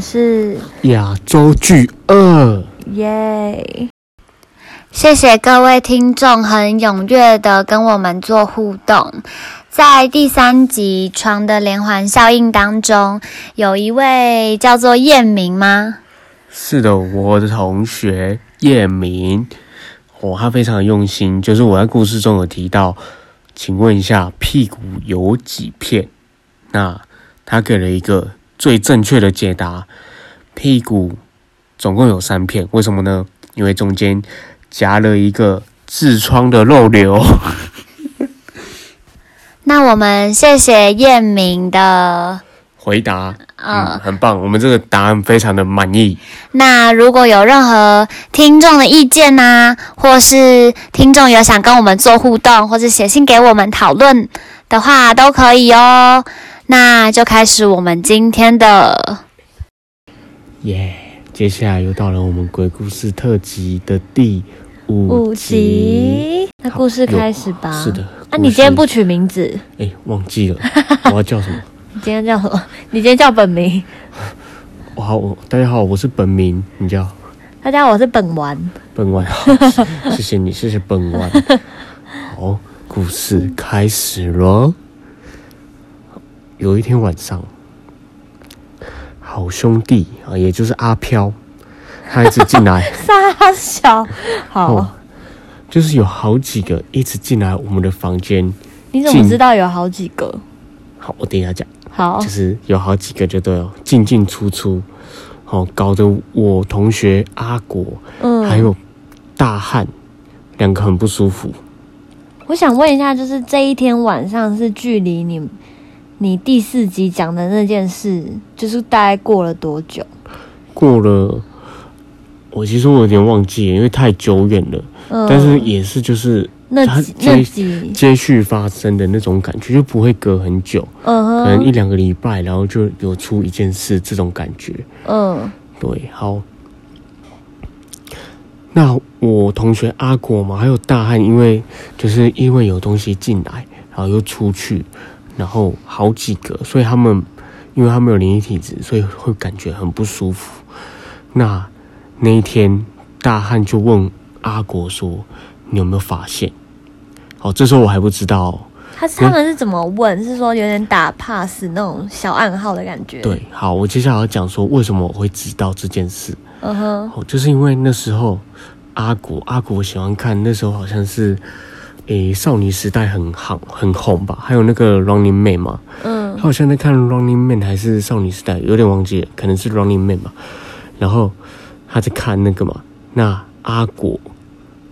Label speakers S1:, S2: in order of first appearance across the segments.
S1: 是
S2: 亚洲巨鳄。
S1: 耶，
S3: 谢谢各位听众很踊跃的跟我们做互动。在第三集《床的连环效应》当中，有一位叫做燕明吗？
S2: 是的，我的同学叶明，哦，他非常用心，就是我在故事中有提到，请问一下屁股有几片？那他给了一个最正确的解答，屁股总共有三片，为什么呢？因为中间夹了一个痔疮的肉瘤。
S3: 那我们谢谢燕明的
S2: 回答，嗯，
S3: 呃。
S2: 很棒，我们这个答案非常的满意。
S3: 那如果有任何听众的意见呐、或是听众有想跟我们做互动，或者写信给我们讨论的话，都可以哦。那就开始我们今天的
S2: 耶接下来又到了我们鬼故事特辑的第五
S1: 五集，那故事开始吧。
S2: 是的，
S1: 啊，你今天不
S2: 故事
S1: 取名字，
S2: 哎、忘记了我要叫什 么？
S1: 你今天叫什么？ 你今天叫本名。
S2: 我好，我大家好，我是本名，你叫
S1: 大家好，我是本 丸。
S2: 本 丸，谢谢你，谢谢本丸。好，故事开始喽。有一天晚上，好兄弟啊，也就是阿飘，他一直进 来。
S1: 大小，
S2: 哦
S1: 好，，
S2: 就是有好几个一直进来我们的房间。
S1: 你怎么
S2: 进
S1: 知道有好几个？
S2: 好，我等一下讲，
S1: 好
S2: 就，是有好几个就对了，进进出出，好，搞得我同学阿国还
S1: 嗯，
S2: 有大汉两个很不舒服。
S1: 我想问一下，就是这一天晚上是距离你你第四集讲的那件事，就是大概过了多久？
S2: 过了，我其实我有点忘记了，因为太久远了，
S1: 嗯，
S2: 但是也是就是
S1: 那
S2: 他
S1: 几
S2: 这
S1: 那几，
S2: 接续发生的那种感觉，就不会隔很久，
S1: 嗯
S2: 可能一
S1: 哼，
S2: 两个礼拜，然后就有出一件事这种感觉。
S1: 嗯
S2: 对，好。那我同学阿果嘛，还有大汉，因为就是因为有东西进来，然后又出去，然后好几个，所以他们因为他们有灵异体质，所以会感觉很不舒服。那那一天，大汉就问阿国说：“你有没有发现？”好，这时候我还不知道哦、
S1: 他他们是怎么问？是说有点打 pass 那种小暗号的感觉？，
S2: 对，好，我接下来要讲说为什么我会知道这件事。
S1: 嗯哼，
S2: 哦，就是因为那时候阿国阿国喜欢看，那时候好像是诶、少女时代很行很红吧，还有那个 Running Man 嘛，
S1: 嗯
S2: 他好像在看 Running Man 还是少女时代，有点忘记了，可能是 Running Man 吧。然后他在看那个嘛，那阿国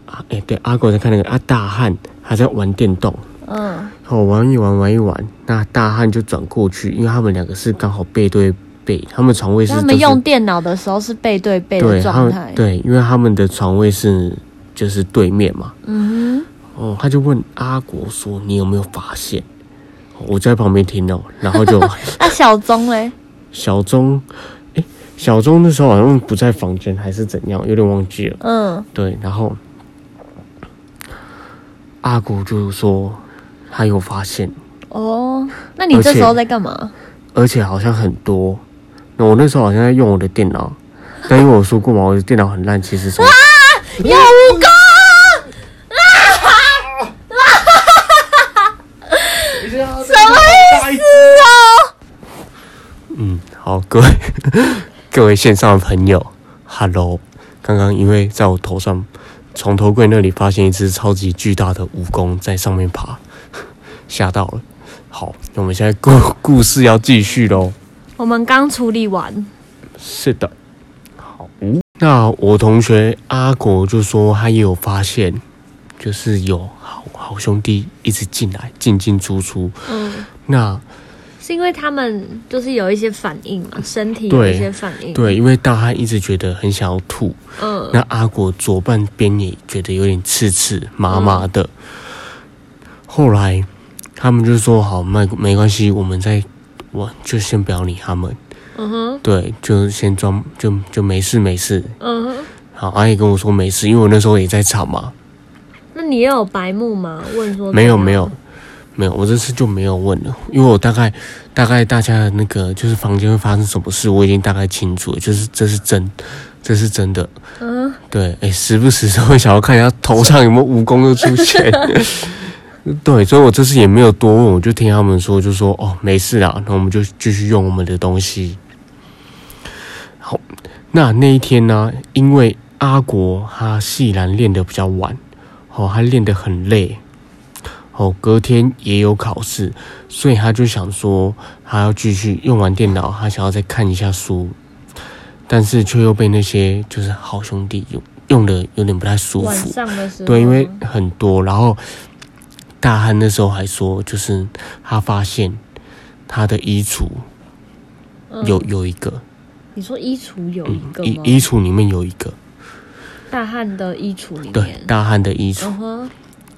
S2: 啊，诶、对，阿国在看那个啊，大汉他在玩电动，
S1: 嗯
S2: 哦，玩一玩，玩一玩，那大汉就转过去，因为他们两个是刚好背对背，他们床位是
S1: 他
S2: 都
S1: 们
S2: 是
S1: 用电脑的时候是背对背的
S2: 对，他
S1: 状
S2: 们
S1: 态。，
S2: 对，因为他们的床位是就是对面嘛。
S1: 嗯
S2: 哦，他就问阿国说：“你有没有发现？”哦我在旁边听到，然 后就
S1: 哼，那小钟嘞？
S2: 小钟，诶，小钟那时候好像不在房间还是怎样，有点忘记了。
S1: 嗯
S2: 对，然后阿国就说他有发现，
S1: 哦，那你
S2: 而
S1: 这
S2: 且
S1: 时候在干嘛？
S2: 而且好像很多。那我那时候好像在用我的电脑，但因为我说过嘛，我的电脑很烂，其实什么嗯
S1: 有蜈蚣！
S2: 什么意思啊？嗯，好，各位各位线上的朋友，Hello！刚刚因为在我头上床头柜那里发现一只超级巨大的蜈蚣在上面爬，吓到了。好，那我们现在故故事要继续喽。
S1: 我们刚处理完，
S2: 是的，好。嗯那我同学阿国就说他也有发现，就是有好好兄弟一直进来进进出出。
S1: 嗯，
S2: 那
S1: 是因为他们就是有一些反应嘛，身体有
S2: 对
S1: 一些反应。，
S2: 对，因为大汉一直觉得很想要吐，
S1: 嗯
S2: 那阿果左半边也觉得有点刺刺麻麻的。后来他们就说：“好，没没关系，我们再我就先不要理他们，
S1: 嗯哼
S2: 对，就先装就就没事没事。
S1: 嗯哼，”
S2: 好，阿姨跟我说没事，因为我那时候也在场嘛。
S1: 那你也有白目吗？问说啊
S2: 没有
S1: 怎样
S2: 没有，没有，我这次就没有问了，因为我大概大概大家的那个就是房间会发生什么事，我已经大概清楚了，就是这是真，这是真的。
S1: 嗯，
S2: 对，哎，时不时都会想要看一下头上有没有蜈蚣又出现。 对，所以我这次也没有多问，我就听他们说，就说哦没事啊，那我们就继续用我们的东西。好，那那一天呢，因为阿国他细兰练得比较晚，哦，他练得很累，哦，隔天也有考试，所以他就想说他要继续用完电脑，他想要再看一下书，但是却又被那些就是好兄弟用用的有点不太舒
S1: 晚
S2: 服。
S1: 上啊的时候，
S2: 对，因为很多，然后大汉那时候还说，就是他发现他的衣橱
S1: 嗯
S2: 有、有一个，嗯
S1: 你说衣橱有一个
S2: 衣
S1: 吗？
S2: 衣橱里面有一个，
S1: 大汉的衣橱里
S2: 对
S1: 面，，
S2: 大汉的衣橱，
S1: 嗯哼，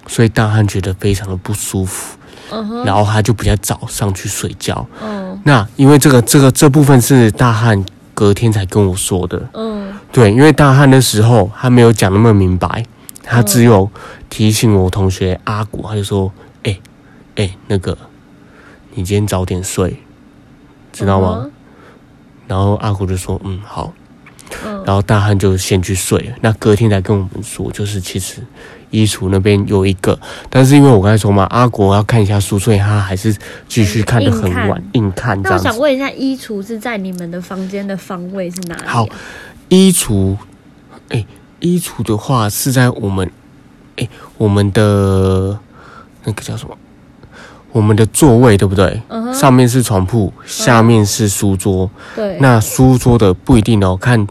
S2: 所以大汉觉得非常的不舒服，
S1: 嗯哼，
S2: 然后他就比较早上去睡觉。
S1: 嗯
S2: 那因为这个这个这部分是大汉隔天才跟我说的，
S1: 嗯
S2: 对，因为大汉那时候他没有讲那么明白，他只有提醒我同学阿古，他就说：“哎、哎、那个，你今天早点睡，知道吗？”然后阿古就说：“嗯，好。”
S1: 嗯
S2: 然后大汉就先去睡了。那隔天才跟我们说，就是其实衣橱那边有一个，但是因为我刚才说嘛，阿国要看一下书，所以他还是继续看得很晚，硬看这
S1: 那我
S2: 样子
S1: 想。问一下，衣橱是在你们的房间的方位是哪里、啊？
S2: 好，衣橱，哎、衣橱的话是在我们，哎、我们的那个叫什么？我们的座位对不对？
S1: 嗯哼嗯
S2: 上面是床铺，下面是书桌。
S1: 对，
S2: 那书桌的不一定哦，看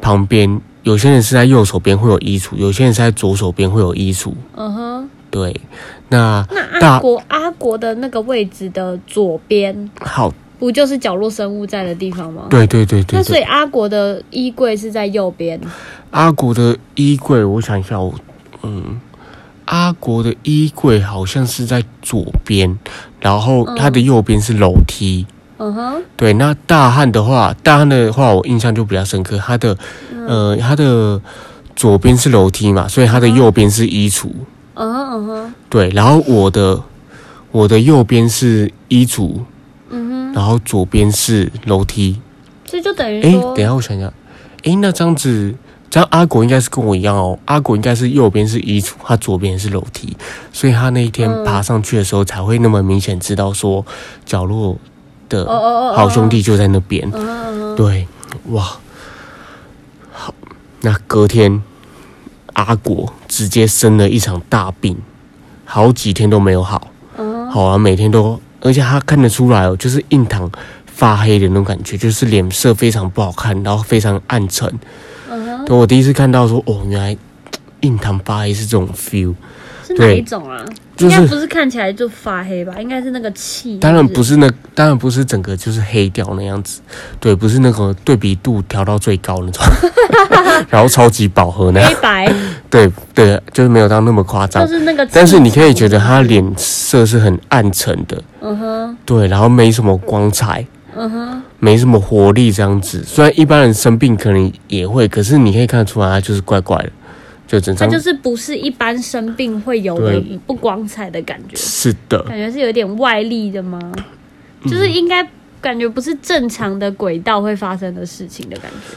S2: 旁边，有些人是在右手边会有衣橱，有些人是在左手边会有衣橱。
S1: 嗯哼，
S2: 对，那
S1: 那阿
S2: 大
S1: 国阿国的那个位置的左边，
S2: 好，
S1: 不就是角落生物在的地方吗？
S2: 对对对对
S1: 那所
S2: 对。
S1: 以阿国的衣柜是在右边，
S2: 阿国的衣柜，我想一下，我嗯，阿国的衣柜好像是在左边，然后它的右边是楼梯。
S1: 嗯哼，
S2: 对，那大汉的话，大汉的话，我印象就比较深刻，他的呃，他的左边是楼梯嘛，所以他的右边是衣橱。
S1: 嗯哼，嗯哼，
S2: 对，然后我的我的右边是衣橱，
S1: 嗯哼，
S2: 然后左边是楼梯。
S1: 所以就等于
S2: 诶，
S1: 说，
S2: 等一下，我想想，诶，那这样子，这样阿果应该是跟我一样哦。阿果应该是右边是衣橱，他左边是楼梯，所以他那一天
S1: 嗯
S2: 爬上去的时候才会那么明显知道说角落的
S1: 哦哦哦
S2: 好兄弟就在那边。
S1: 嗯哼嗯哼，
S2: 对，哇，好，那隔天阿果直接生了一场大病，好几天都没有好。
S1: 嗯哼，
S2: 好啊，每天都，而且他看得出来哦，就是印堂发黑的那种感觉，就是脸色非常不好看，然后非常暗沉。
S1: 嗯哼，
S2: 对我第一次看到说，哦，原来印堂发黑是这种
S1: 嗯
S2: feel。
S1: 是哪
S2: 对
S1: 一种啊？
S2: 就
S1: 应该
S2: 是
S1: 不是看起来就发黑吧？应该是那个气，
S2: 当然不
S1: 是
S2: 是那，当然不是整个就是黑掉那样子，对，不是那个对比度调到最高那 种，然后超级饱和那样，
S1: 黑 白，
S2: 对对，就是没有到那么夸张
S1: 就。是那个气，
S2: 但是你可以觉得他脸色是很暗沉的，
S1: 嗯哼，
S2: 对，然后没什么光彩，
S1: 嗯哼，
S2: 没什么活力这样子。虽然一般人生病可能也会，可是你可以看得出来，他就是怪怪的，就整
S1: 它
S2: 张
S1: 就是不是一般生病会有的
S2: 对
S1: 不光彩的感觉。
S2: 是的，
S1: 感觉是有点外力的吗？
S2: 嗯
S1: 就是应该感觉不是正常的轨道会发生的事情的感 觉。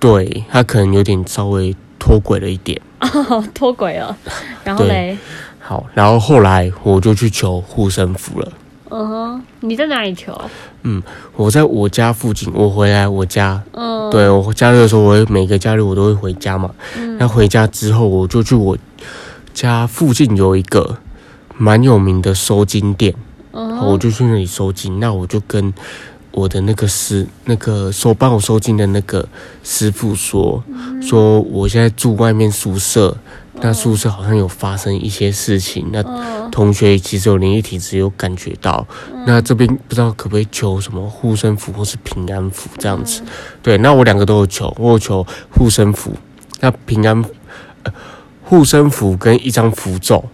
S2: 对他可能有点稍微脱轨了一点。
S1: 哦，脱轨了，然后
S2: 对
S1: 嘞，
S2: 好，然后后来我就去求护身符了。
S1: 嗯哼，你在哪里求？
S2: 我在我家附近，我回来我家，
S1: 嗯，
S2: 对我假日的时候，我会每个假日我都会回家嘛。那回家之后，我就去我家附近有一个蛮有名的收金店，
S1: 嗯
S2: 我就去那里收金，那我就跟我的那个师，那个收帮我收金的那个师傅说，说我现在住外面宿舍，那宿舍好像有发生一些事情，那同学其实有灵异体质有感觉到，那这边不知道可不可以求什么护身符或是平安符这样子，对，那我两个都有求，我有求护身符，那平安，呃，护身符跟一张符咒。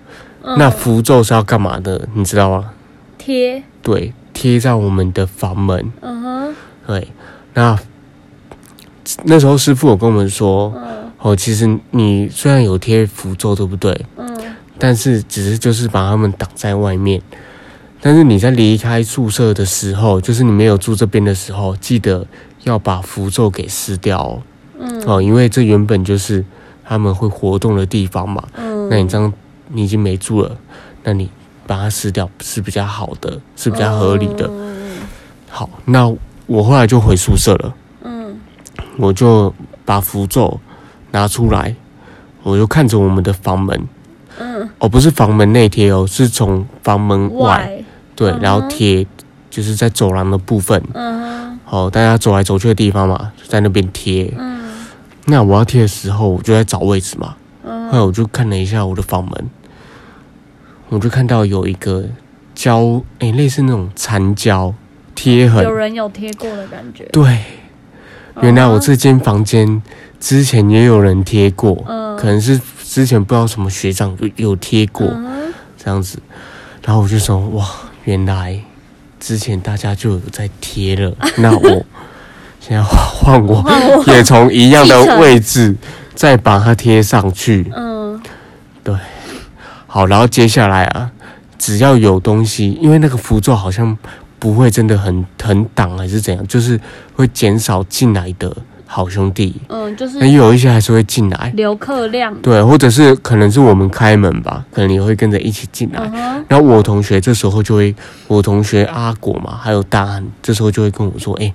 S2: 那符咒是要干嘛的？你知道吗？
S1: 贴，
S2: 对，贴在我们的房门。
S1: 嗯哼，
S2: 对，那那时候师傅有跟我们说，哦，其实你虽然有贴符咒，对不对？
S1: 嗯
S2: 但是只是就是把他们挡在外面。但是你在离开宿舍的时候，就是你没有住这边的时候，记得要把符咒给撕掉哦。嗯，哦，因为这原本就是他们会活动的地方嘛。嗯，那你这样你已经没住了，那你把它撕掉是比较好的，是比较合理的。好，那我后来就回宿舍了。
S4: 嗯
S2: 我就把符咒拿出来，我就看着我们的房门，
S4: 嗯，
S2: 哦，不是房门内贴哦，是从房
S1: 嗯
S2: 门外
S4: 外，
S2: 对，然后
S4: 嗯
S2: 贴就是在走廊的部分，
S4: 嗯
S2: 哦，大家走来走去的地方嘛，就在那边贴。
S4: 嗯
S2: 那我要贴的时候，我就在找位置嘛，后来
S4: 嗯，
S2: 我就看了一下我的房门，我就看到有一个胶，哎、类似那种残胶贴痕
S4: 有，人有贴过的感觉。
S2: 对，原来我
S4: 嗯
S2: 这间房间之前也有人贴过，
S4: 嗯
S2: 可能是之前不知道什么学长有有贴过、
S4: 嗯
S2: 这样子，然后我就说哇，原来之前大家就有在贴了，那我现在换我也从一样
S4: 继承
S2: 的位置再把它贴上去。
S4: 嗯
S2: 好，然后接下来啊，只要有东西，因为那个符咒好像不会真的很很挡还是怎样，就是会减少进来的好兄弟。
S4: 嗯，就是
S2: 那有一些还是会进来，
S4: 留客量。
S2: 对，或者是可能是我们开门吧，可能也会跟着一起进来。
S4: 嗯哼，
S2: 然后我同学这时候就会，我同学阿果嘛，还有大汉，这时候就会跟我说：“哎、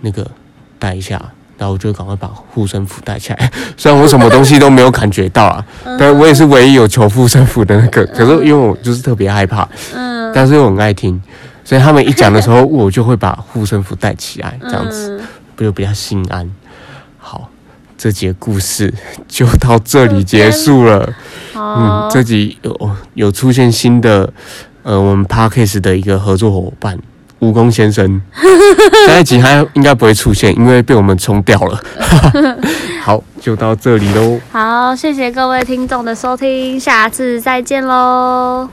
S2: 那个带一下。”然后我就赶快把护身符带起来。 虽然我什么东西都没有感觉到啊，
S4: 嗯
S2: 但我也是唯一有求护身符的那个。可是因为我就是特别害怕，
S4: 嗯
S2: 但是我很爱听，所以他们一讲的时候，我就会把护身符带起来，这样子。
S4: 嗯，
S2: 不就比较心安。好，这节故事就到这里结束了。嗯
S4: 好，，
S2: 这集有有出现新的，呃，我们 Parkes 的一个合作伙伴蜈蚣先生，下一集他应该不会出现，因为被我们冲掉了。 好，就到这里喽。
S3: 好，谢谢各位听众的收听，下次再见喽。